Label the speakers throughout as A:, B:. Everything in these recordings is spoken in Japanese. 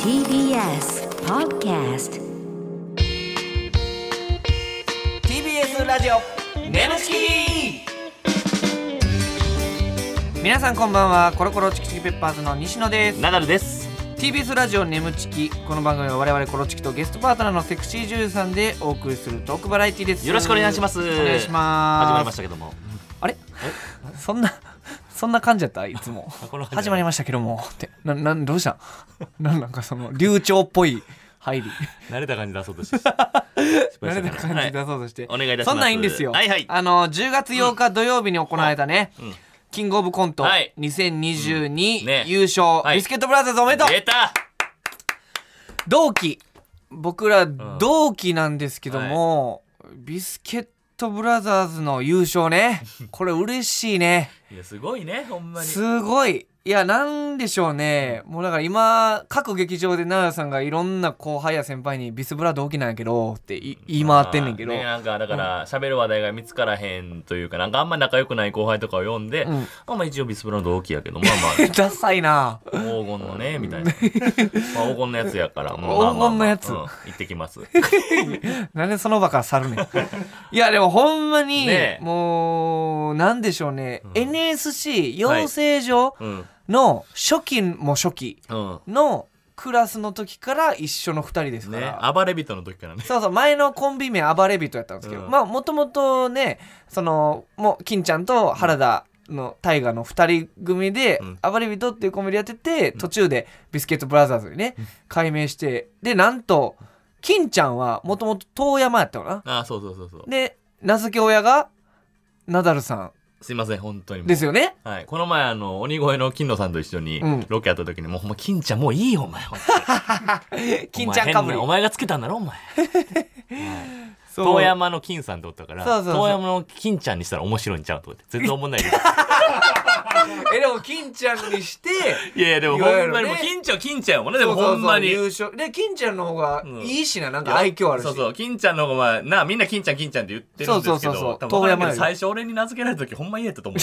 A: TBS Podcast
B: TBS ラジオ
C: ネムチキ
B: 皆さんこんばんはコロコロチキチキペッパーズの西野です
C: ナダルです
B: TBS ラジオ眠チキこの番組は我々コロチキとゲストパートナーのセクシー女優さんでお送りするトークバラエティです
C: よろしくお願いします
B: お願いします
C: 始まりましたけども
B: あれそんなそんな感じやったいつも
C: この感じ
B: 始まりましたけどもってななんどうしたなんなんかその流暢っぽい入り
C: 慣れた感じ出そうとして 失敗
B: 慣れ
C: した
B: た
C: から
B: 感じ出そうとして、
C: はいお願いいたします
B: そんなんいいんですよ、
C: はいはい
B: あの10月8日土曜日に行われたね、
C: ん
B: キングオブコント
C: はい
B: 2022、
C: うんね
B: 優勝、
C: はい
B: ビスケットブラザーズおめでとう
C: はい出た
B: 同期僕ら同期なんですけども、ビスケットブラザーズの優勝 ねこれ嬉しいね
C: いやすごいねほんまに
B: すごいいやなんでしょうねもうだから今各劇場で奈良さんがいろんな後輩や先輩に「ビスブラ同期なんやけど」ってい言い回ってんねんけど、
C: まあねなんかだから喋る話題が見つからへんというかなんかあんま仲良くない後輩とかを呼んで、
B: ん
C: まあまあ一応ビスブラの同期やけどまあ
B: ダサいな
C: まあ黄金のねみたいな、まあ、黄金のやつやからもうまあまあまあ
B: 黄金のやつ
C: うん行ってきます
B: なんでその場から去るねんいやでもほんまに、
C: ねえ
B: もうなんでしょうね、NSC 養成所
C: うん
B: の初期も初期
C: うん
B: のクラスの時から一緒の2人ですか
C: ね
B: ら、
C: 暴れ人の時からね
B: そうそう前のコンビ名暴れ人やったんですけど、
C: うん
B: まあもともとねそのもう金ちゃんと原田の大河の2人組で、
C: うん
B: 暴れ人っていうコンビでやってて途中でビスケットブラザーズにね改名してでなんと金ちゃんはもともと遠山やったのかな
C: ああそうそうそうそう
B: で名付け親がナダルさ
C: すいません本当に
B: ん
C: もう
B: ですよね
C: はい、この前あの鬼越の金野さんと一緒に
B: うん
C: ロケやった時に、もうほんま金ちゃんもういいよお前ほんと
B: 金ちゃんかぶ
C: お前変
B: り
C: なお前がつけたんだろお前
B: そう
C: 遠山の金さんとおったから
B: そうそうそう
C: 遠山の金ちゃんにしたら面白いんちゃうとかって絶対思んない けど
B: えでも金ちゃんにして
C: いやいやでも
B: いわゆ
C: ほ
B: る
C: ん
B: ね
C: まにもう金ちゃんは金ちゃんやもんね でもほんまに
B: そうそうそう優勝で金ちゃんの方がいいしな、なんか愛嬌あるし
C: そうそう金ちゃんの方がなあみんな金ちゃん金ちゃんって言ってるんですけ
B: そうそ
C: ど
B: うそうそう
C: 多分わからん
B: 遠山
C: けど
B: より
C: 最初俺に名付けられた時ほんま言えたと思う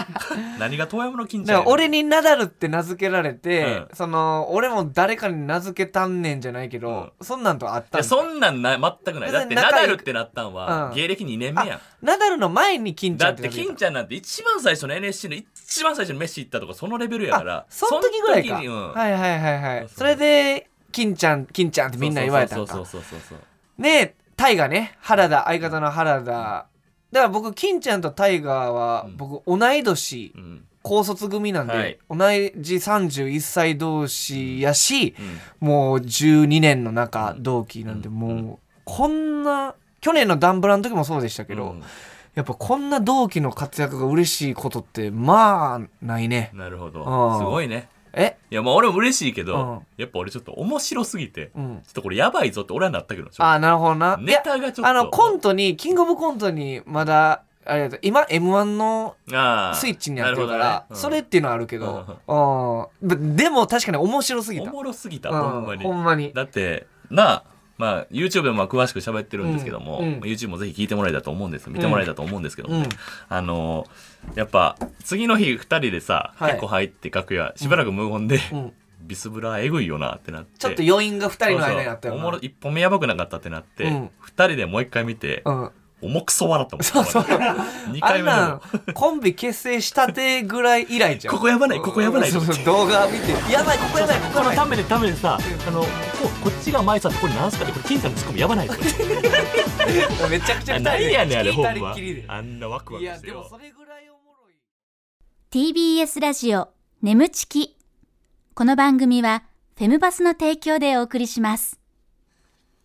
C: 何が遠山の金ち
B: だ
C: ゃん
B: から俺にナダルって名付けられて、
C: う
B: その俺も誰かに名付けたんねんじゃないけど、そんなんとあっ
C: い
B: た
C: や
B: んだ
C: そんなんな全くないだってナダルってなったん
B: う
C: は、
B: ん
C: 芸歴2年目やん
B: あナダルの前に金ちゃ
C: だ
B: んっ
C: ってて
B: 名付け
C: 金
B: た
C: ちゃんなんて一番最初の NSC の一番最初に飯行ったとかそのレベルやから
B: あその時ぐらい
C: そ
B: か、
C: の時にうん
B: はいはいはいはい
C: そうそう
B: それで金ちゃん金ちゃんってみんな言われたんか
C: そうそうそうそうそう
B: ねタイガね原田相方の原田だから僕金ちゃんとタイガーは
C: うん
B: 僕同い年、
C: そううん
B: 高卒組なんで、
C: はい
B: 同じ31歳同士やし、もう12年の中同期なんで、
C: うん
B: もう、
C: うん
B: こんな去年のダンブラの時もそうでしたけど、
C: うん
B: やっぱこんな同期の活躍が嬉しいことってまあないね
C: なるほど
B: うん
C: すごいね
B: え
C: いやまあ俺も嬉しいけ
B: うん
C: どやっぱ俺ちょっと面白すぎてち
B: う
C: ょ
B: ん
C: っとこれやばいぞって俺はなったけどちょっと
B: ああなるほどな
C: ネタがちょっと
B: いやあのコントにキングオブコントにまだあれだと今 m 1の
C: あー
B: スイッチになってるから
C: なほどねうん
B: それっていうのはあるけど、うん、でも確かに面白すぎ
C: お
B: た
C: もろすぎた
B: う
C: ほんまに
B: ほんまに
C: だってなあまあ YouTube でもまあ詳しく喋ってるんですけども、
B: うんうん
C: YouTube もぜひ聞いてもらえたと思うんです見てもらえたと思うんですけども、
B: うん
C: あのーやっぱ次の日2人でさ、
B: はい
C: 結構入って楽屋しばらく無言で、
B: うん
C: ビスブラエグいよなってなって
B: ちょっと余韻が2人の間にあったよ
C: そうそうお
B: な
C: もろ一本目やばくなかったってなって、
B: う
C: 二
B: ん
C: 2人でもう一回見て、
B: うん
C: 重くそ笑ったもんそう
B: そう
C: 2
B: あ
C: 回
B: ん
C: 目
B: なん
C: の
B: コンビ結成したてぐらい以来じゃん
C: ここやばないここやばない
B: そうそう動画見てやばいここやばいここ
C: こ
B: や
C: の
B: ばい
C: ためでためでさあのここっちが前さんこれなんすかってこれ金さんのツッコミやばないです か
B: めちゃくちゃ二人
C: 何
B: で
C: やねんあれ
B: 聞
C: ほ
B: いた
C: ん
B: り
C: ま
B: っきりで
C: あんなワクワ
B: い
C: ク
B: や
C: して
B: でも
C: よ
B: それぐらいおもろい
A: TBS ラジオ眠ちきこの番組はフェムバスの提供でお送りします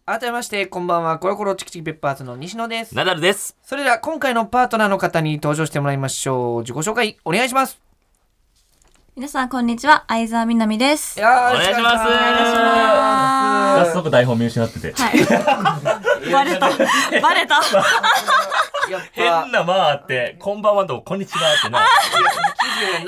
B: 改めましてこんばんはコロコロチキチキペッパーズの西野です
C: ナダルです
B: それでは今回のパートナーの方に登場してもらいましょう自己紹介お願いします
D: 皆さんこんにちは相沢みなみです
B: やー
C: お願いします
B: お願いします
C: 早速台本見失ってて
D: はい バレた。バレた。
B: やっぱ
C: 変な間あって、こんばんはとこんにちはってな。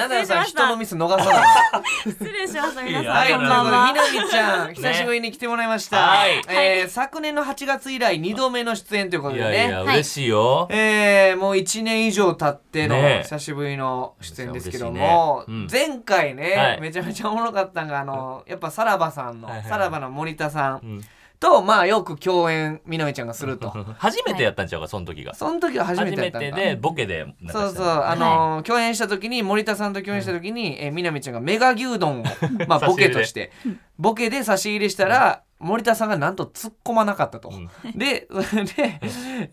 B: 97さん人のミス逃さない
D: 失礼しました。皆
C: は
D: さ
B: はい、
D: ん、
B: とい
D: こ
B: うんこ
D: ばん
B: と
D: は。
B: で、みなみちゃん、久しぶりに来てもらいました。
C: はい
B: えー昨年の8月以来2度目の出演ということ
C: い
B: でね。
C: やいや、
A: はい
C: 嬉しいよ。
B: えーもう1年以上経っての
C: ねえ
B: 久しぶりの出演ですけども、
C: 嬉しいねうん
B: 前回ね、
C: はい
B: めちゃめちゃおもろかったのがあのやっぱさらばさんの、
C: はいはいはい
B: さらばの森田さ
C: うんん
B: と、まあよく共演みなみちゃんがすると
C: 初めてやったんちゃうか、その時が。
B: その時は初め
C: 初
B: てや
C: め
B: ったん
C: て
B: だ
C: で、ボケでなんかしたの。
B: そうそうあのー共演した時に森田さんと共演した時に、えーみなみちゃんがメガ牛 丼を、まあ、
C: 差し
B: ボ
C: 入れ
B: ケ
C: で
B: としてボケで差し入れしたら、森田さんがなんと突っ込まなかったと、
C: う
B: でそれで、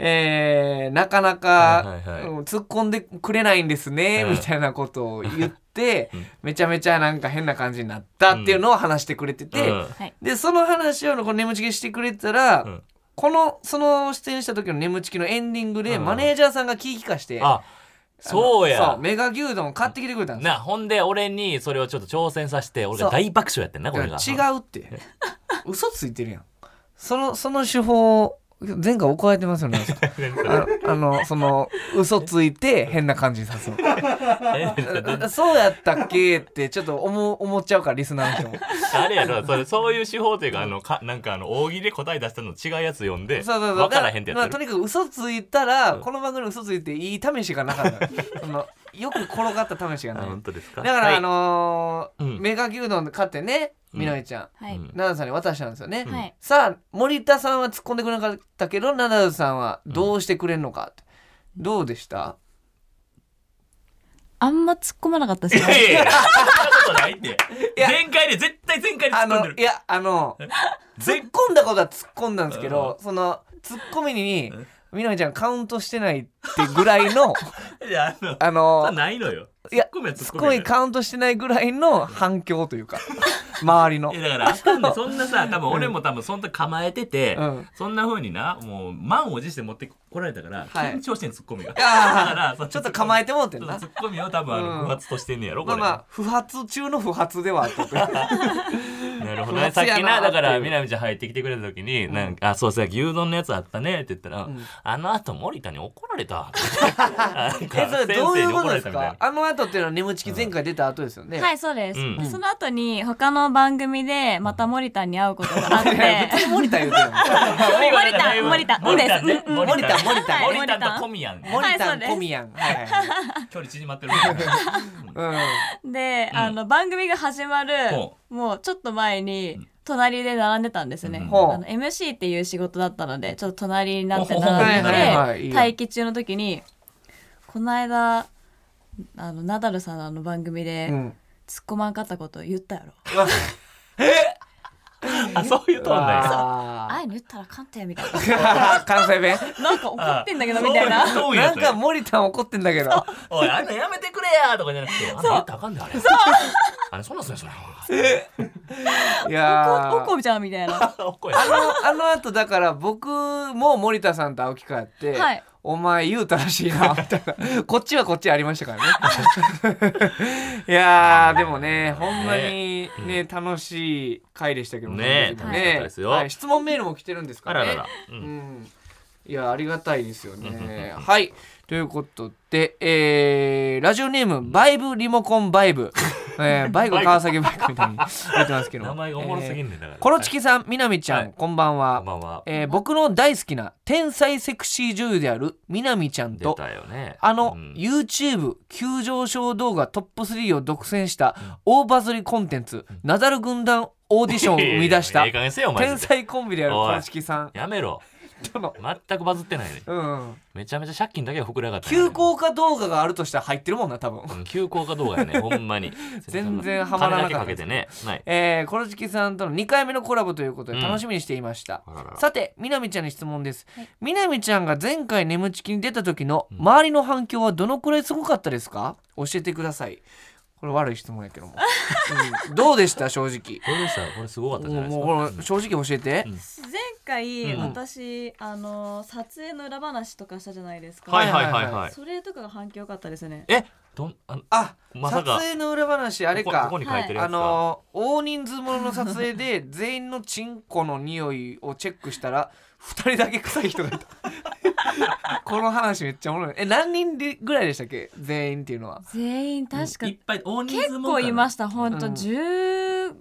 B: えーなかな
C: は
B: か、
C: いはいはい
B: うん突っ込んでくれないんですね、
C: うん
B: みたいなことを言って、
C: うん
B: めちゃめちゃなんか変な感じになったっていうのを話してくれてて、
C: うん
B: でその話をこの眠ちきしてくれてたら、
C: うん
B: このその出演した時の眠ちきのエンディングで、
C: うん
B: マネージャーさんが聞きかして。
C: あ、そう
B: あの
C: や
B: そう。メガ牛丼買ってきてくれたんですよ
C: な、ほんで、俺にそれをちょっと挑戦させて、俺
B: そ
C: が
B: う
C: 大爆笑やってんな、これ
B: だ
C: が。
B: から違うって 嘘ついてるやんそのその手法前回怒られてます よねああのその嘘ついて変な感じにさす のあそうやったっけってちょっと思う思っちゃうからリスナーの人 も
C: あれやろ、それそういう手法というか、あの、かなんかあの、大喜利で答え出したの違うやつ読んで、
B: そうそうそう
C: 分からへんって
B: ま
C: や
B: あ、
C: つ
B: と
C: や
B: にかく嘘ついたら、この番組嘘ついていい試しがなかったそのよく転がった試しが
C: ろ。
B: な
C: あ
B: い
C: 本当ですか
B: だから、
C: はい
B: あのー
C: うん
B: メガ牛丼買ってねみなみちゃん、
D: は
C: う
D: い。
C: ん
B: ナダルさんに渡したんですよね、
D: はい
B: さあ森田さんは突っ込んでくれなかったけどナダルさんはどうしてくれんのかって、どうでした
D: あんま突っ込まなかったで
C: い
D: す
C: や
D: ね。
C: いやいや、そんなことないって。
B: いや
C: 前回で、絶対前回で突
B: あ
C: っ込んで
B: の
C: る
B: い。やあの突っ込んだことは突っ込んだんですけど、その突っ込みに
C: うん
B: みなみちゃんカウントしてないってぐらい の
C: いや、あの、
B: あ
C: そ
B: の
C: んなないのよ。
B: いや
C: 突っ込め
B: 突
C: 突
B: っ
C: っ
B: 込
C: 込
B: み
C: め。
B: カウントしてないぐらいの反響というか 周りの
C: いやだからあかんねんそん なさ多分俺も多分そんな構えてて、
B: うん
C: そんな風になもう満を持して持ってこられたから、
B: はい
C: 緊張してんツッコミがだ
B: あーちょっと構え
C: て
B: てもうて
C: ツ
B: んな
C: ッコミを多分あ
B: うん
C: の不発としてんねやろこ
B: まあ
C: れ、
B: まあ不発中の不発ではあったという
C: なるほ
B: 不
C: どね
B: 発
C: さっ
B: やな
C: きなだか
B: ってい
C: ら
B: う
C: みなみちゃん入ってきてくれた時に「なんかあそうさ牛丼のやつあったね」って言ったら「
B: ん
C: あの後森田に怒られた」なん か
B: えそれどういうことです
C: 先生に怒られたみたい
B: かあの後っていうのは眠ちき前回出た後ですよね、
D: はい、そうです。
C: うん
D: でその後に、他の番組で、また森田に会うことがあっ
B: いや
D: て
B: 普。通に森田言うてるもん
D: 森田森田
C: 森田ね
D: うん
C: 森田
B: 森田森田
C: はい森田
D: 森田
C: と小宮ね
B: モニ
D: はい
B: タ
D: そう
B: ン
D: です
B: コミヤン。はいはいはい
C: 距離縮 まってる
D: で、
C: うん
D: あの番組が始まる
C: ほ
D: もうちょっと前に
C: ん
D: 隣で並んでたんですね、
C: うん
B: ほう
D: あの MC っていう仕事だったのでちょっと隣になって
C: ほうほうほう
D: 並んで、
C: はい
B: はいはい
D: 待機中の時にこの間あのナダルさんのあの番組で、
B: うん。
D: 突っ込まんかったこと言ったやろ
C: あそういうトーンだよ
D: ああ
B: あ
D: いうの言ったらあかんてみた いな
B: ー 関西弁。
D: なんか怒ってんだけどみたいな
C: あそういうトーンや
B: な
C: っ
B: ん
C: た
B: か
C: よ
B: 森田怒ってんだけど。
C: おい、あんなやめてくれやとかじゃなくて、あんな言ったらあかんで、あれ。あれ、そんなんすね、それ。
B: い や
D: おこおこ
B: ー。
D: みちゃんみた いな
C: おっこや
B: あの、あの後だから僕も森田さんと会う機会あって
D: はい、
B: お前言うたらしいな、みたいな。こっちはこっちありましたから ね。いやー、でもね、ほんまにね、楽しい回でしたけど
C: ね
B: 本当に
C: 楽しかったですよ
B: はい質問メールも来てるんですか
C: あ
B: ら
C: ら
B: ね。
C: らら。う
B: うんん、いやありがたいですよね。はいということで、えーラジオネームバイブリモコンバイ ブ、えーバイク川崎バイクみたいに言ってますけど
C: 名前がおもろすぎん
B: え
C: ねんだから。
B: ーコロチキさん、みなみちゃん、
C: はい
B: こんばんは
C: こんばんは。
B: えー僕の大好きな天才セクシー女優であるみなみちゃん
C: 出
B: と
C: たよね。
B: あの、
C: うん
B: YouTube 急上昇動画トップ3を独占した大バズりコンテンツ、ナダル軍団オーディションを生み出した
C: ええ加減せよ、お前
B: 天。才コンビであるコロチキさん
C: やめ ろ。
B: との
C: 全くバズってないね。
B: うん、
C: めちゃめちゃ借金だけが膨らがったね。
B: 急降下動画があるとしたら入ってるもんな多分、
C: うん。急降下動画やね、ほんまに。
B: 全然ハマらなかった
C: 金だけかけてね。ない。
B: えー、コロチキさんとの2回目のコラボということで
C: うん
B: 楽しみにしていました、
C: あららら
B: さてみなみちゃんに質問です、みなみちゃんが前回「眠ちき」に出た時の周りの反響はどのくらいすごかったですか教えてくださいこれ悪い質問やけども、うんどうでした正直
C: これでしたこれすごかったじゃないです
B: も
C: か。
B: うこれ正直教えて、
C: うん
D: 前回、
C: うん
D: 私あの撮影の裏話とかしたじゃないですか、
C: はいはいはいはい。
D: それとかが反響良かったですね
C: えどんあ
B: あ、
C: まさ
B: 撮
C: か
B: 影の裏話あれか
C: こここに書いてるや
B: あ
C: つか、
B: のー大人数ものの撮影で全員のチンコの匂いをチェックしたら2人だけ臭い人がいた この話めっちゃおもろいえ何人でぐらいでしたっけ全員っていうのは
D: 全員確か
C: いっぱい大人数
D: 結
C: も
D: 構いま
C: し
D: した本当
B: うん
D: 十10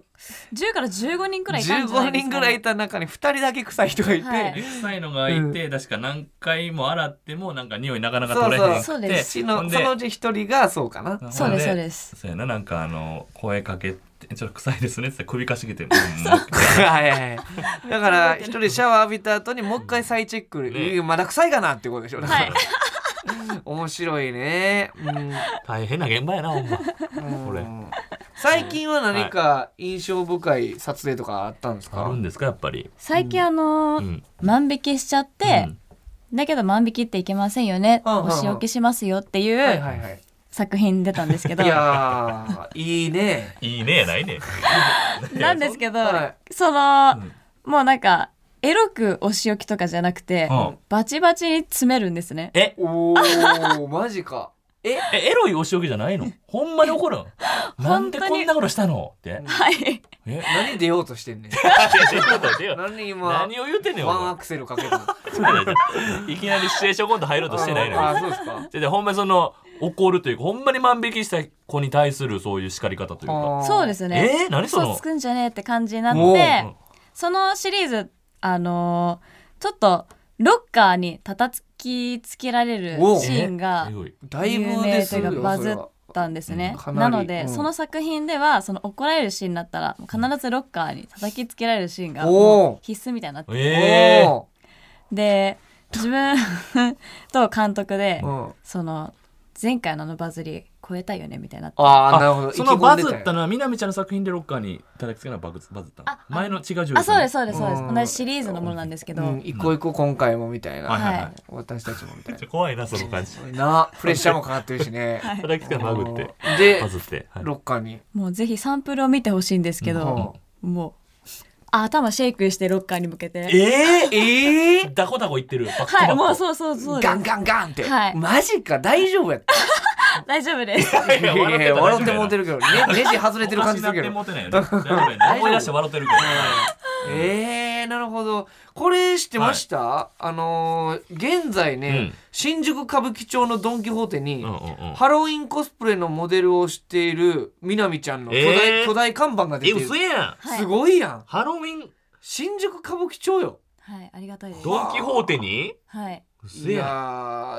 D: 10から15人くらいいたんじゃな
B: 15
D: いです
B: 人ぐ
D: か
B: らいいた中に2人だけ臭い人がいて、
D: はい
C: 臭いのがいて、確か何回も洗ってもなんか匂いなかなか
B: そう
C: 取れへん
B: そ
C: く
B: う
C: て
D: そうです
B: その
C: ほん
B: そのうち1人がそうかな
D: そうです
C: ほ
D: そうんです
C: そうやななんかあの声かけてちょっと臭いですねって言ったら首かしげてうんもう
B: はいはいはいだ から一人シャワー浴びた後にもう一回再チェック、
C: ね
B: まだ臭いかなってことでしょだから、
D: はい
B: 面白いね
C: 大変な現場やなほんま
B: うん、うん
C: これ
B: 最近は何か印象深い撮影とかあったんですか、
C: あるんですかやっぱり、
D: 最近あの
C: う
D: ー
C: ん、
D: 万引きしちゃって、
C: うん
D: だけど万引きっていけませんよね、
B: うんうんうん
D: お仕置きしますよっていう、
B: はいはいはい
D: 作品出たんですけど
B: いやーいいね
C: いいねやないね
D: なんですけど、
B: は
D: その、もうなんかエロくお仕置きとかじゃなくて、
C: うん
D: バチバチに詰めるんです ね
C: え
B: おーマジかえ
C: えエロいお仕置きじゃ ないのほんまに怒るんなんでこんなことしたのって
D: はい
C: え
B: 何出ようとしてんねん何今
C: 何を言うてんねんお
B: ワン
C: 前
B: アクセルかけたの
C: いきなりシチュエーションコント入ろうとしてないの
B: あ
C: よ
B: ーそうですか
C: ででほんまにその怒るというかほんまに万引きした子に対するそういう叱り方というか
D: そうですすね
C: えー、何そ
D: 嘘
C: の
D: つくんじゃねえって感じになっ
B: お
D: てそのシリーズあのーちょっとロッカーに叩きつけられる
B: お
D: シーンが
C: えごい
B: だい
D: 有
B: ぶ
D: 名
B: で
D: と
B: す
D: い
B: よ
D: うかバズっ
B: そ
D: たんですね
B: かな
D: な
B: り
D: ので、
B: うん
D: その作品ではその怒られるシーンになったらもう必ずロッカーに叩きつけられるシーンが
B: おー
D: もう必須みたいになって
B: れは
C: えー、
B: お
D: で自分と監督で、
B: ーうん
D: その前回のあのバズり超えたいよねみたいな
B: あー
C: あ
B: なるほど
C: そのバズった
B: な
C: のはみなみちゃんの作品でロッカーに叩きつけるのはバズバズったの
D: あ
C: 前の違う女優
D: あそうですそうですそうです
B: うん
D: 同じシリーズのものなんですけど、
B: うん、一個一個今回もみたいな、
C: はいはい
D: は
C: はい
B: 私たちもみたいな
C: 怖いなその感じ
B: なプレッシャーもかかってるしね、
C: 叩きつけるのバグって
B: で
C: バズって、はい
B: ロッカーに、
D: もうぜひサンプルを見てほしいんですけど、もうあ頭シェイクしてロッカーに向けて
C: え
B: ええー
C: ー、 ダコダコ言ってるバックバック
D: はいもうそうそうそうで
B: ガ
D: す
B: ンガンガンって、
D: はい
B: マジか大丈夫やった
D: 大丈夫です
C: いやいや
B: いやいや笑ってもうて
C: る
B: るけどねネジ外れてる感じするけど
C: おかしなってもうてないよね 大丈夫やね思い出して笑ってるけど
B: えー、なるほどこれ知ってました、あのー現在ね、
C: うん
B: 新宿歌舞伎町のドン・キホーテに、
C: うんうんうん
B: ハロウィンコスプレのモデルをしているみなみちゃんの巨大,、
C: えー
B: 巨大看板が出
C: え
B: てる
C: 嘘やん
D: はい
B: すごいやん
C: ハロウィン
B: 新宿歌舞伎町よ
D: はいありがたいです
C: ドン・キホーテに
D: はい
C: 嘘
B: い
C: や
B: や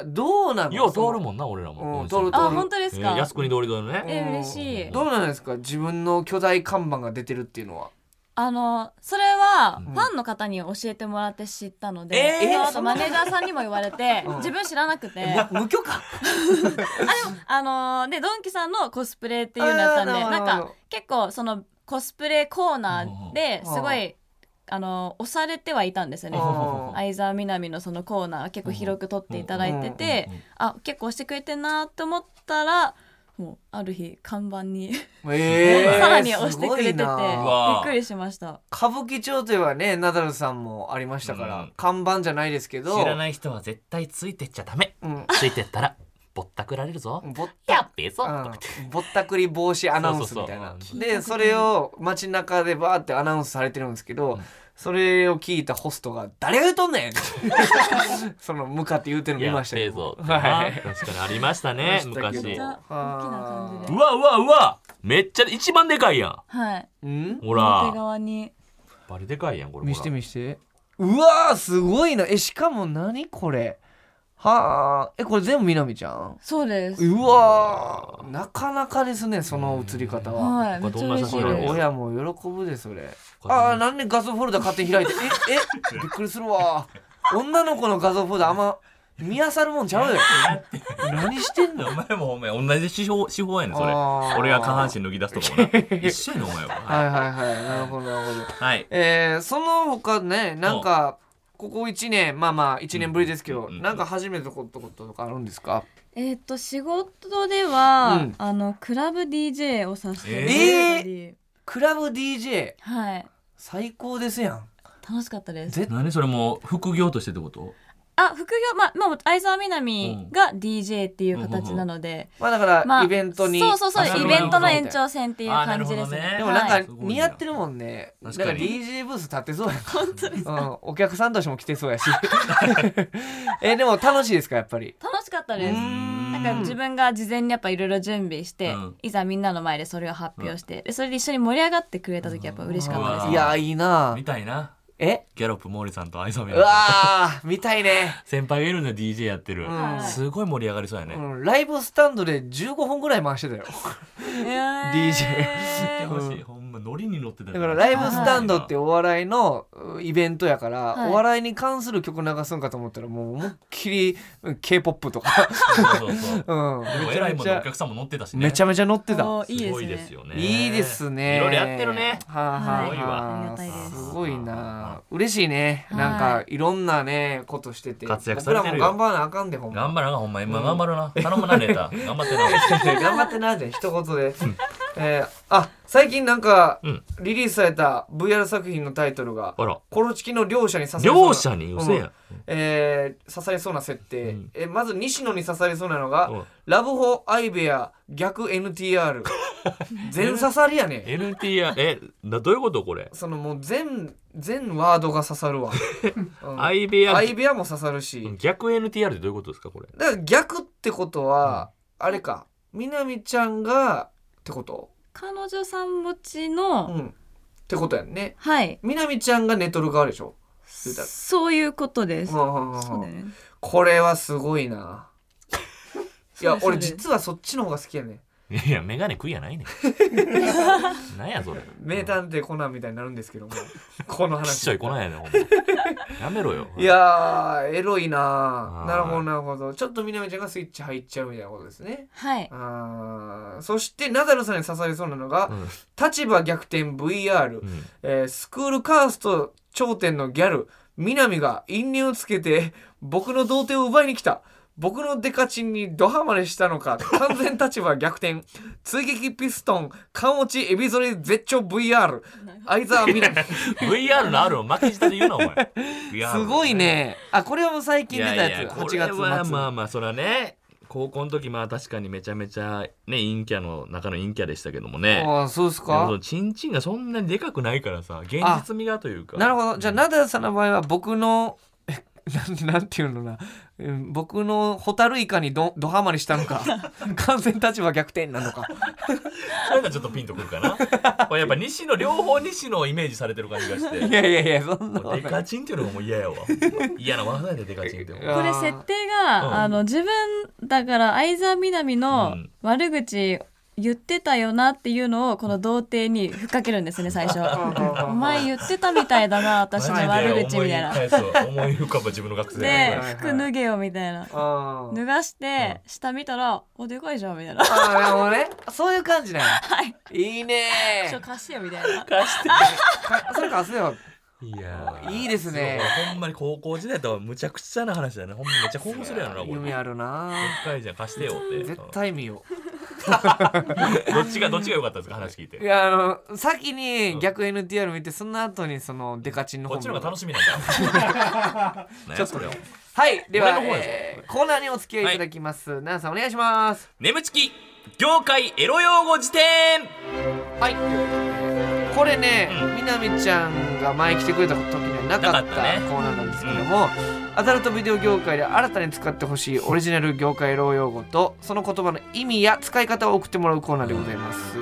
B: ーどうなんの
C: よう通るもんな俺らも、
B: うん通る
C: え
D: あ本当ですか、
C: ー、靖国通り通りのね
D: え嬉しい
B: どうなんですか自分の巨大看板が出てるっていうのは
D: あのそれは
C: うん
D: ファンの方に教えてもらって知ったので、
B: えー
D: その後マネージャーさんにも言われて、
B: うん
D: 自分知らなくて、あ
B: む無許可
D: でもあのーでドンキさんのコスプレっていうのやったんで
B: あー
D: な
B: なるほ
D: ん
B: ど
D: か結構そのコスプレコーナーですごいあのー押されてはいたんですよね
B: うん
D: 相沢みなみのそのコーナー結構広く撮っていただいててあ結構押してくれてんなって思ったらもうある日看板に
B: えー、
D: さらに押してくれてて
B: すご
D: び
B: いな
C: わ
D: っくりしました。
B: 歌舞伎町といえばねナダルさんもありましたから、
C: うん
B: 看板じゃないですけど、
C: 知らないい人は絶対ついてっちゃダメ
B: うん
C: ついてったらぼったくられるぞ
B: ぼっ
C: やっべえぞ、
B: うん、ぼったくり防止アナウンスみたいな
C: そうそう
B: でそれを街中でバーってアナウンスされてるんですけど、それを聞いたホストが「誰が言うとんねん!」ってその向かって 言うてるの見ました
C: やっべえ
B: け
C: ぞ
B: ど、
C: ってな
B: はい、
C: 確かにありました
B: ありま
C: ね
B: したけど
D: めっ
C: 昔
D: ちゃ大きな感じ
B: う
D: で
C: う。わうわうわめっちゃ一番でかいやん
D: はい。
B: うん
C: ほ
D: 表
C: ら
D: 側に。
C: バリでかいやんこれ
B: 見して見してうわーすごいなえしかも何これはあえこれ全部みなみちゃん
D: そうです。
B: うわーなかなかですねその映り方は。
D: はい。めっちゃ嬉し
B: こ
D: い
B: れ
D: です。
B: 親も喜ぶでそれあーなんで画像フォルダ勝手に開いてええびっくりするわ女の子の画像フォルダあんま見漁るもんちゃうよ何してんの
C: お前もお前同じ手法手法やねんそれ
B: あー
C: 俺が下半身脱ぎ出すとか もな一緒やねんお前は
B: は
C: はい
B: はいはいなるほどなるほど
C: い、はい、
B: えー、その他ねなんかここ1年まあまあ1年ぶりですけど、
C: うん
B: なんか初めてことこととかあるんですか、
D: えーっと仕事で
B: う
D: は
B: ん
D: あのクラブ DJ をさせていただいたり、
B: クラブ DJ
D: はい。
B: 最高ですやん
D: 楽しかったです。
B: 絶
C: 何それもう副業としてってこと
D: あ副業まあまあ相沢みなみが DJ っていう形なので、
B: まあだから、
D: まあ
B: イベントに
D: そうそうそ
C: あそう
D: う
C: いう
D: イ
C: こと
D: ベントの延長線っていう感じで
C: あなる
D: す
C: ほどね
B: でもなんか
D: はい
C: すごいな
B: 似合ってるもんねなん
C: 確
B: か
C: かに
B: DJ ブース立ってそうや本当ですうん、お客さんとしても来てそうやし えでも楽しいですかやっぱり
D: 楽しかったです
B: な
D: なんか自分が事前にやっぱいろいろ準備して、
C: うん
D: いざみんなの前でそれを発表して、でそれで一緒に盛り上がってくれた時やっぱ嬉しかったです
C: 分
B: いやいいな
C: みたいな
B: え
C: ギャロップ毛利さんと愛沢み
B: う
C: なみさん
B: わー見たいね、
C: 先輩がいるんで DJ やってる、
B: うん
C: すごい盛り上がりそうやね、
B: うん、ライブスタンドで15本ぐらい回してたよ
C: やって
D: えー
C: ほしい、ほんまノリに乗ってた
B: だからライブスタンドってお笑いのうイベントやから、
D: はい
B: お笑いに関する曲流すんかと思ったらもう思いっきり k p o p とか、
C: そ
B: う
C: うそうそう
B: ん、
C: でも
B: めち
C: え
B: ゃ
C: らい
B: め
C: もん
B: ち
C: のお
B: ゃ
C: 客さんも乗ってたしね
B: めちゃめちゃ乗ってた
D: おーいい
C: す
D: です
C: ごい
D: ね
C: ですよね
B: いいですね。
C: いろいろやってるね
B: はあ、はあは
D: はいありがたいです
B: すごいな。嬉しいね。
D: はい
B: なんかいろんなねことしてて、
C: 活躍されてるよ
B: 僕らも頑張らなあかんでほんま。
C: 頑張らなほんま今頑張るな、頼むなネタ 頑張ってな
B: 頑張ってなじ ゃん一言で。えーあ最近なんか
C: うん
B: リリースされた VR 作品のタイトルが
C: あら
B: コロチキの両者に刺されそうな
C: 両者にうせやん、
B: えー刺されそうな設定、
C: うん
B: えーまず西野に刺されそうなのが、
C: うん
B: ラブホアイベア逆 NTR 全刺さりやね
C: NTR えだどういうことこれ
B: そのもう全全ワードが刺さる わ、うん
C: アイベア
B: 相部屋も刺さるし、
C: 逆 NTR ってどういうことですかこれ
B: だから逆ってことは、あれかみなみちゃんがってこと
D: 彼女さん持ち
B: う
D: の、
B: んってことやんね
D: はい
B: みなみちゃんが寝とる側でしょ、言うたら
D: そういうことです、
B: うんうんうんうん
D: そうだよね
B: これはすごい ないや
D: そう
B: 俺
D: です
B: 実はそっちの方が好きやねん
C: いやメガネ食いやないね んなんやそれ
B: 名探偵コナンみたいになるんですけどもこの
C: ちっ
B: 話
C: ちゃいこないやねんほん まやめろよ
B: いやーエロいな
C: あー
B: なるほどなるほどちょっとみなみちゃんがスイッチ入っちゃうみたいなことですね
D: はい
B: あーそしてナダルさんに刺されそうなのが、
C: うん
B: 立場逆転 VR、
C: うん
B: えースクールカースト頂点のギャル南が因縁をつけて僕の童貞を奪いに来た僕のデカチンにドハマりしたのか完全立場逆 転追撃ピストン缶落ちエビゾリ絶頂 VR 相沢みなみ
C: VR のあるを負けじてで言うなお前 VR
B: すごいねあこれはもう最近出たやつ
C: いいこ
B: 8
C: れは
B: 月末、
C: まあまあそれはね高校の時まあ確かにめちゃめちゃね陰キャの中の陰キャでしたけどもね
B: あーそうです
C: でもそ
B: か
C: のチンチンがそんなにでかくないからさ現実味がというか
B: なるほどじゃあナダルさんの場合は僕のえなんなんていうのなうん僕のホタルイカにどどハマりしたの か完全立場逆転なのか
C: それがちょっとピンとくるかなこれやっぱ西野両方西野をイメージされてる感じがして
B: いやいやいやそんな
C: もうデカチンっていうのがもう嫌やわほんま嫌な技やでデカチンってもう
B: いや
D: これ設定
C: うん
D: があの自分だから相沢みなみ
C: う
D: の
C: ん
D: 悪口言ってたよなっていうのをこの童貞にふっかけるんですね最初お前言ってたみたいだな私の悪口みたいな
C: マジで思い返すわ思い浮かぶ自分の学生
D: で
B: はい
D: 服脱げよみたいな
B: あー
D: 脱がして下見たらおでかいじゃんみたいな
B: あーなるほどねそういう感じなんや、い、いね
D: ちょ貸してよみたいな
B: かそれかすれば
C: いやー
B: いいですね
C: そうほんまに高校時代とはむちゃくちゃな話だよねほんまめっちゃ興奮するやろなこれ
B: 夢あるな
C: 一回じゃん貸してよって
B: 絶対見よ
C: どっちがどっちが良かったですか話聞いう
B: い
C: て
B: やあの先に逆 NTR 見てその後にそのデカチンの
C: こ
B: 方
C: っちの方が楽
B: し
C: しみなんだ
B: ちょっ
C: 何 や
B: と
C: それを
B: はいでは、
C: 俺の方やぞ
B: えーコーナーにお付き合いいただきます、ナダルさんお願いします
C: 眠ちき業界エロ用語辞典
B: はい。これね、みなみちゃんが前来てくれた時にはなかった
C: なかったね
B: コーナーなんですけども、アダルトビデオ業界で新たに使ってほしいオリジナル業界老用語とその言葉の意味や使い方を送ってもらうコーナーでございます。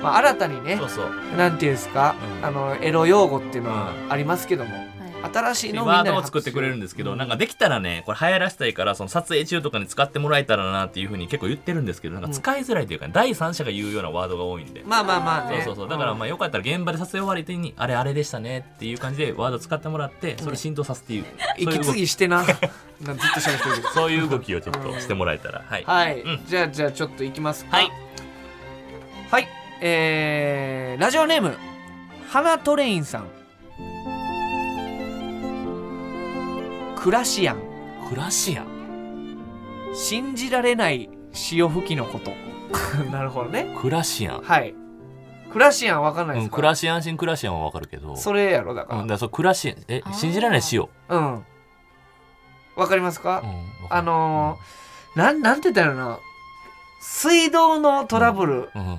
B: まあ、新たにね
C: そう、そう
B: なんていうんですか、
C: うん
B: あのエロ用語っていうのはありますけども、新しいのをみん
C: ワ
B: な
C: ー
B: で
C: ドを
B: 発
C: 作ってくれるんですけど、なん
B: か
C: かできたらねこれ流行らせたいからその撮影中とかに使ってもらえたらなっていうふうに結構言ってるんですけどなんか使いづらいというか、第三者が言うようなワードが多いんで、
B: まあまあまあ
C: そう
B: ね。
C: そうそうだからまあよかったら現場で撮影終わりにあれあれでしたねっていう感じでワード使ってもらってそれ浸透させていう、そう
B: 息
C: いう
B: 継
C: 動き
B: ぎしてな。なんかずっと喋ってるけど。
C: そういう動きをちょっとしてもらえたらはい、
B: はい、
C: うん
B: じゃあじゃあちょっといきますか
C: はい
B: はいえー、ラジオネーム花トレインさんクラシアン
C: クラシアン
B: 信じられない潮吹きのこと なるほどね
C: クラシアン、
B: はいクラシアンわかんないで
C: うん、
B: すか、
C: クラシアンシンクラシアンはわかるけど
B: それやろだ
C: うん、
B: か
C: だからそうクラシアンえ
D: あー
C: 信じられないしよ
B: らうんわかりますか、
C: うんわかる
B: あのーなんなんて言ったらいいのかな水道のトラブル
C: うんうんうん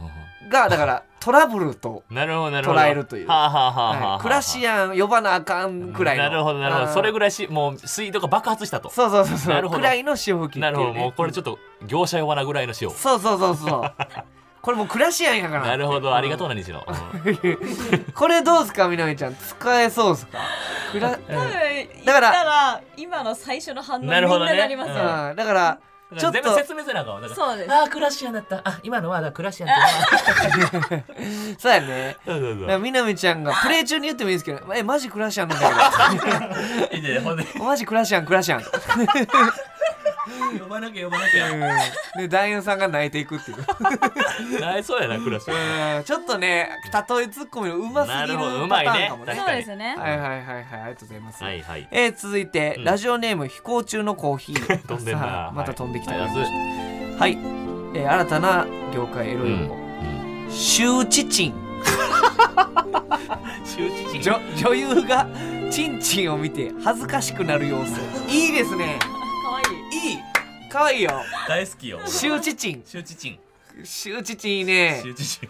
B: が、だからトラブルと
C: なるほどなるほど
B: 捉えるという
C: はあはあはあはあは
B: は
C: あ
B: いクラシアン呼ばなあかんくらいの
C: なるほどなるほどそれぐ
B: らい
C: らいしもう水道が爆発したと
B: そうそうそうそ
C: な
B: う
C: るほど
B: くらいの潮吹きっていうね、
C: なるほどもうこれちょっと業者呼ばなぐらいのしよう
B: そうそうそうそうこれもうクラシアンやから
C: なるほどありがとうな西野うん
B: これどうですかみなみちゃん使えそうですかク ラ、うん
D: 多分言っ
B: だ
D: た
B: から
D: ら今の最初の反応みん
C: な
D: な
C: るほどね
D: なりますよ、
C: う
B: だからちょっと
C: 全部説明せなあかんわだから
D: そうです
C: ああクラシアンだったあ今のはだからクラシアンって
B: そうやね
C: そうそ
B: だ
C: うそ
B: から
C: う
B: みなみちゃんがプレイ中に言ってもいいですけど「えマジクラシアンなんだ
C: いいねほんで
B: けど マジクラシアンクラシアン」
C: 呼ばなきゃ呼ばなきゃ
B: うんで男優さんが泣いていくっていう
C: なりそうやなクラシアン
B: うんちょっとね例えツッコミのうますぎる
C: なるほどう
B: パタ
C: まい
B: ーン
C: ね
B: かもね
C: 確
D: そ
C: か
D: う
C: に
D: ですね
B: はいはいはいはいありがとうございます、
C: はいはい
B: えー続いて、
C: うん
B: ラジオネーム飛行中のコーヒー
C: 飛んでん
B: さ
C: な
B: あまた飛んできた
C: はい
B: はい、はいえー新たな業界エロいも、
C: うん
B: 周知チン
C: 周知人
B: 女女優がチンチンを見て恥ずかしくなる 様子いいですね
D: 可愛い
B: いい可愛いよ
C: 大好きよ
B: 周知チン
C: 周 知人
B: 周知チンいいね
C: 周知人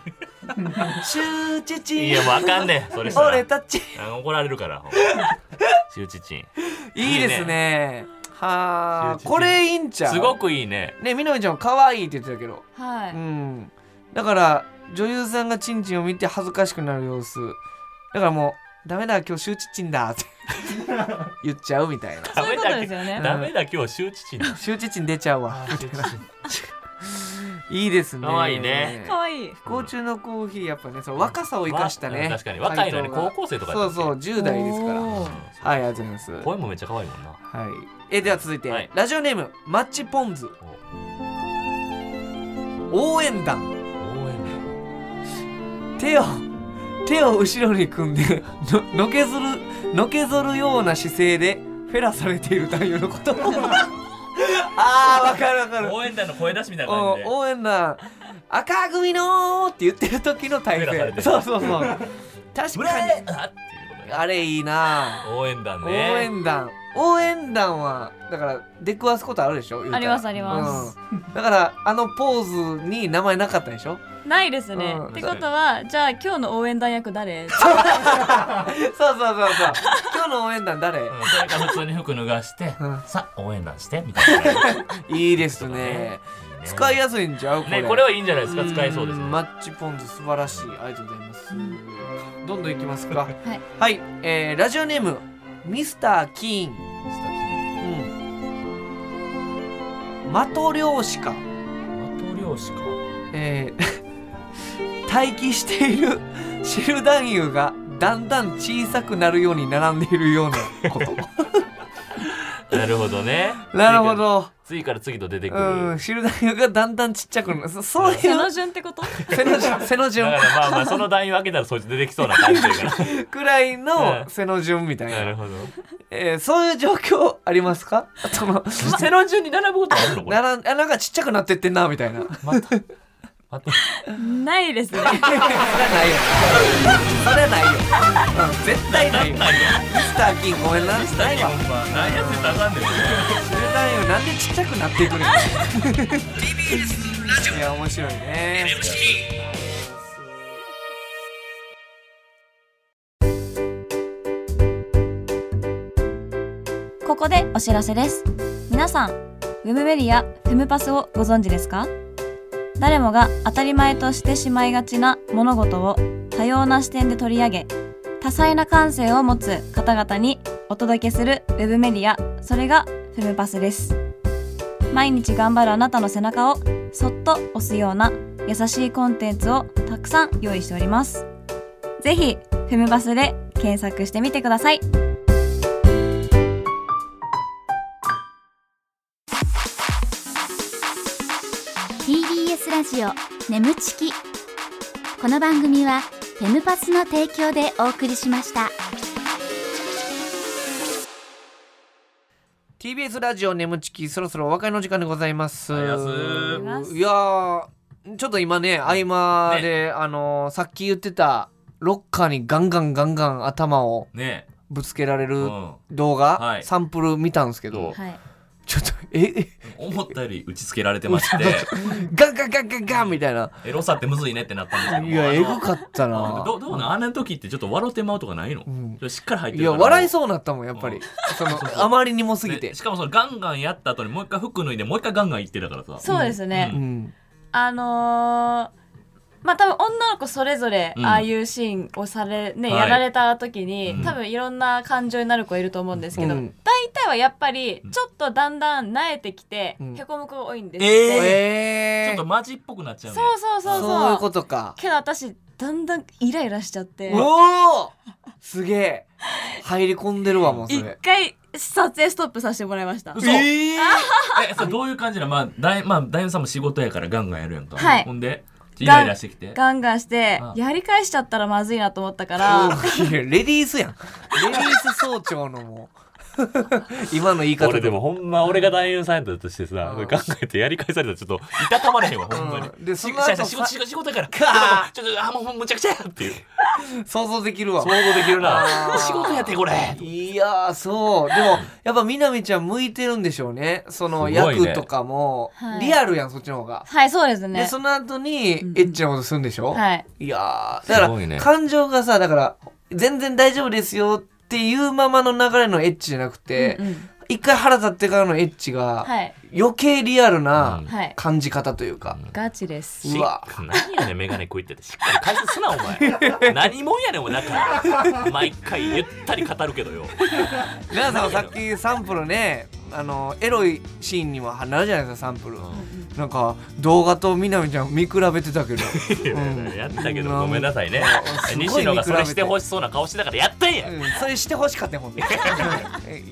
B: 周知チ
C: い
B: ン
C: やもうあかんねんそれしたら
B: 俺たち
C: あの怒られるからほんま周知人
B: いいです
C: いい
B: ねはあ
C: 周知チン
B: これいいんちゃう
C: すごくいいね
B: ねみのみちゃんも可愛いって言ってたけど
D: は
B: う
D: い、
B: んだから女優さんがチンチンを見て恥ずかしくなる様子だからもうダメだ今日周知チンだ って言っちゃうみたいな
D: そういうこと
C: け
D: ですよね
C: ダメだ今日周知人だ
B: 周知チン出ちゃうわみたいないいですね
C: 可愛いね
D: 可愛いい
B: 飛行中のコーヒーやっぱねその若さを生かしたね、
C: うん確かに若いのに
B: 回答
C: 高
B: が
C: 校生とかや
B: そ
C: っ
B: う
C: た
B: そう
C: っ
B: 10代ですからはい
D: お
B: ありがとうございます
C: け
B: は
C: 声もめっちゃ可愛いもんない
B: えでは続いて、
C: はい
B: ラジオネームマッチポンズ応援団
C: 応援
B: 手を手を後ろに組んでののけずるのけぞるような姿勢でフェラされている男優のこと あーわかるわかる
C: 団応援団の声出しみたいな感じで
B: お応援団赤組のーって言ってる時の体
C: フェラされて
B: 勢
C: る
B: そうそう そう確
C: ブレ
B: かに
C: ーあっていうことね
B: あれいいな
C: 応援団
B: ぁ、
C: ね
B: 応援団応援団はだから出くわすことあるでしょ言うたら
D: ありますあります、
B: うんだからあのポーズに名前なかったでしょ
D: ないですね、
B: うん
D: ってことはじゃあ今日の応援団役誰、
B: そうそうそ うそう今日の応援団誰、
C: うんそれから普通に服脱がして
B: うん
C: さあ応援団してみたいなね
B: いいですね使いやすいんちゃうこれ,、
C: ねこれはいいんじゃないですか使えそうです
B: ん
C: ね
B: マッチポンズ素晴らしいありがとうございますどんどんいきますかはいえーラジオネームミスター・キーン
C: スタキ
B: うん的漁師か、
C: 的漁師か
B: えー 待機しているシェル男優がだんだん小さくなるように並んでいるようなこと
C: なるほどね
B: なるほど
C: 次から次と出てくる
B: うんシェル男優がだんだんちっちゃくなるそそういう
D: 背の順ってこと
B: 背の順背の
C: だ
B: 順
C: からまあまあその団員を開けたらそいつ出てきそうな感じだか
B: くらいの
C: うん
B: 背の順みたい
C: ら
B: な
C: なるほど
B: えーそういう状況ありますか そ の
C: 背の順に並ぶことあるのこれ
B: ならあなんかちっちゃくなってってんなみたいな
C: またまた
D: ないですね
B: それはないよそれはないよ、うん、絶対ないよ
C: ないよ
B: ミスターキンごめんな
C: ミスタ
B: な
C: ー
B: い
C: キン
B: わ
C: ほんま何やってたらあかんねんこ
B: 知れないよなんでちっちゃくなっていくの いや面白いね
D: ここでお知らせです皆さんウェブメディアフェムパスをご存知ですか誰もが当たり前としてしまいがちな物事を多様な視点で取り上げ多彩な感性を持つ方々にお届けするウェブメディアそれがフェムパスです毎日頑張るあなたの背中をそっと押すような優しいコンテンツをたくさん用意しておりますぜひフェムパスで検索してみてください
A: す TBS ラジオ眠ちきこの番組はフェムパスの提供でお送りしました
B: TBS ラジオ眠ちきそろそろお別れの時間でございますい
C: あ
B: や
C: りがとう
D: ございます
B: ーちょっと今ね合間で、あのーさっき言ってたロッカーにガンガンガンガン頭を
C: れねえ
B: ぶつけられる
C: うん
B: 動画、
C: はい
B: サンプル見たんですけど、
C: うん
D: はい。
B: ちょっとええ
C: 思ったより打ちつけられてま して
B: ガンガンガンガンガンみたいな
C: エロさってむずいねってなったんで
B: い
C: すけど
B: や
C: あの
B: エグかったな
C: どどうなんあんな時ってちょっと笑ってまうとかないの、
B: ん
C: ちょっとしっかり入って
B: い
C: るか
B: や
C: ら
B: 笑いそうなったもんやっぱり、
C: うん
B: そのあまりにもすぎて
C: でしかもそのガンガンやった後にもう一回服脱いでもう一回ガンガン行ってたからさ
D: そうですね。
C: う
B: うん
D: あのーまあ多分女の子それぞれ
C: うん
D: ああいうシーンをされ、ね
C: はい
D: やられた時に、
C: うん
D: 多分いろんな感情になる子いると思うんですけど、
B: うん
D: 大体はやっぱり
C: ん
D: ちょっとだんだん慣れてきて、
B: うん
D: へこむ子が多いんです
C: え
D: って、
C: ちょ
B: え
C: っと
B: ー、
C: マジっぽくなっちゃうね
D: そうそうそうそう
B: そういうことか
D: けど私だんだんイライラしちゃって
B: おおすげえ入り込んでるわもうそ
D: 一
B: れ
D: 回撮影ストップさせてもらいました
C: 嘘
B: ええ
C: えそれどういう感じなのまあだいまあだいぶさんも仕事やからガンガンやるやんか、
D: はい
C: ほんでイライラしてきて
D: ガンガンして
C: あ
D: やり返しちゃったらまずいなと思ったから
B: ー、いやレディースやんレディース総長のもう 今の言い方
E: 俺でもほんま俺が男優さんやったとしてさ、
B: うん
E: 考えてやり返されたらちょっといたたまれへんわほんまに、
B: うんで
C: し
B: そ
C: し
B: の後
C: 仕事仕事仕事やから
B: か
C: ちょっとあもうもうむちゃくちゃやっていう
B: 想像できるわ
E: 想像できるな
B: あー
C: 仕事やってこれ
B: いやーそうでもやっぱみなみちゃん向いてるんでしょうねその
E: すごいね
B: 役とかも、
D: はい
B: リアルやんそっちの方が、
D: はいそうです
B: で
D: ね
B: その後にエ
D: うん
B: ッチなことするんでしょ、
D: はい
B: いやーだか
E: すご
B: ら、
E: いね
B: 感情がさだから全然大丈夫ですよっていうままの流れのエッチじゃなくて、
D: うんうん
B: 一回腹立ってからのエッチが、
D: はい
B: 余計リアルな
D: はい
B: 感じ方というか、
D: ガチです
B: うわ
E: 何やねんメガネ食いっててしっかり解説すなお前何もんやねんお前だ から毎回ゆったり語るけどよ
B: 皆さんさっきサンプルねあのエロいシーンにもなるじゃないですかサンプル、なんか動画とみなみちゃん見比べてたけど、うん
E: やったけどごめんなさいね
B: すごい
E: 西野がそれしてほ
B: し
E: しそうな顔してたからやったんや、
B: うん、それしてほしかったよ ほんでう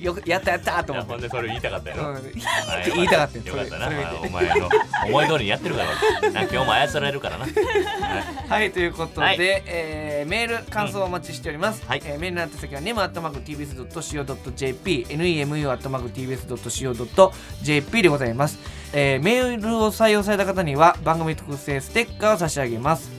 B: んよくやったやったと
E: い
B: 思
E: やほん
B: って
E: でそれ言いたかったやろ、
B: うん、って
E: はい
B: 言いたかったよ
E: よかったな
B: それそれ見て
E: お前あの思い通りにやってるからな今日も操られる からな
B: はいということで、
E: はい
B: えーメール感想をお待ちしております、
E: はい
B: えーメールの宛先は nemu.tbs.co.jp nemu.tbs.co.jp でございます、えーメールを採用された方には番組特製ステッカーを差し上げます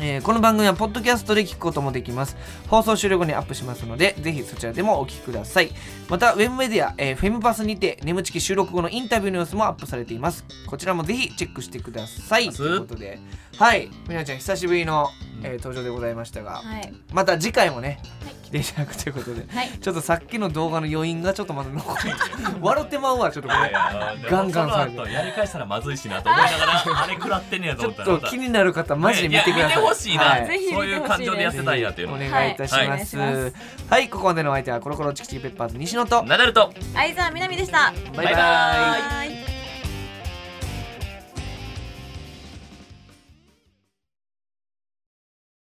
B: えーこの番組はポッドキャストで聞くこともできます放送終了後にアップしますのでぜひそちらでもお聞きくださいまたウェブメディア、えーフェムパスにて眠ちき収録後のインタビューの様子もアップされていますこちらもぜひチェックしてください
C: ます
B: ということではいみなちゃん久しぶりの、えー登場でございましたが、
D: はい
B: また次回もね、来ていただくということで
D: はい
B: ちょっとさっきの動画の余韻がちょっとまだ残って笑ってまうわちょっとこれガンガンさ
C: さ
B: れて
C: やり返したらまずいしなと思いながら あれ食らってんねや
B: ち
C: と
B: ょ
C: 思
B: っ
C: ったら
B: と気になる方マジで見てください
C: ねや見てほしいな、
B: はい
D: ぜひ見て
C: そ
D: ほ
C: う
D: しいです
C: いう感情で痩せたいなっていうの
B: お
C: を、ね、
B: 願いいたします,、
D: はいお
B: はい
D: 願いし
B: ここまでのお相手はコロコロチキチキペッパーズ西野と
C: ナダルと
D: 相沢みなみでした
B: バ
C: イバ
D: イ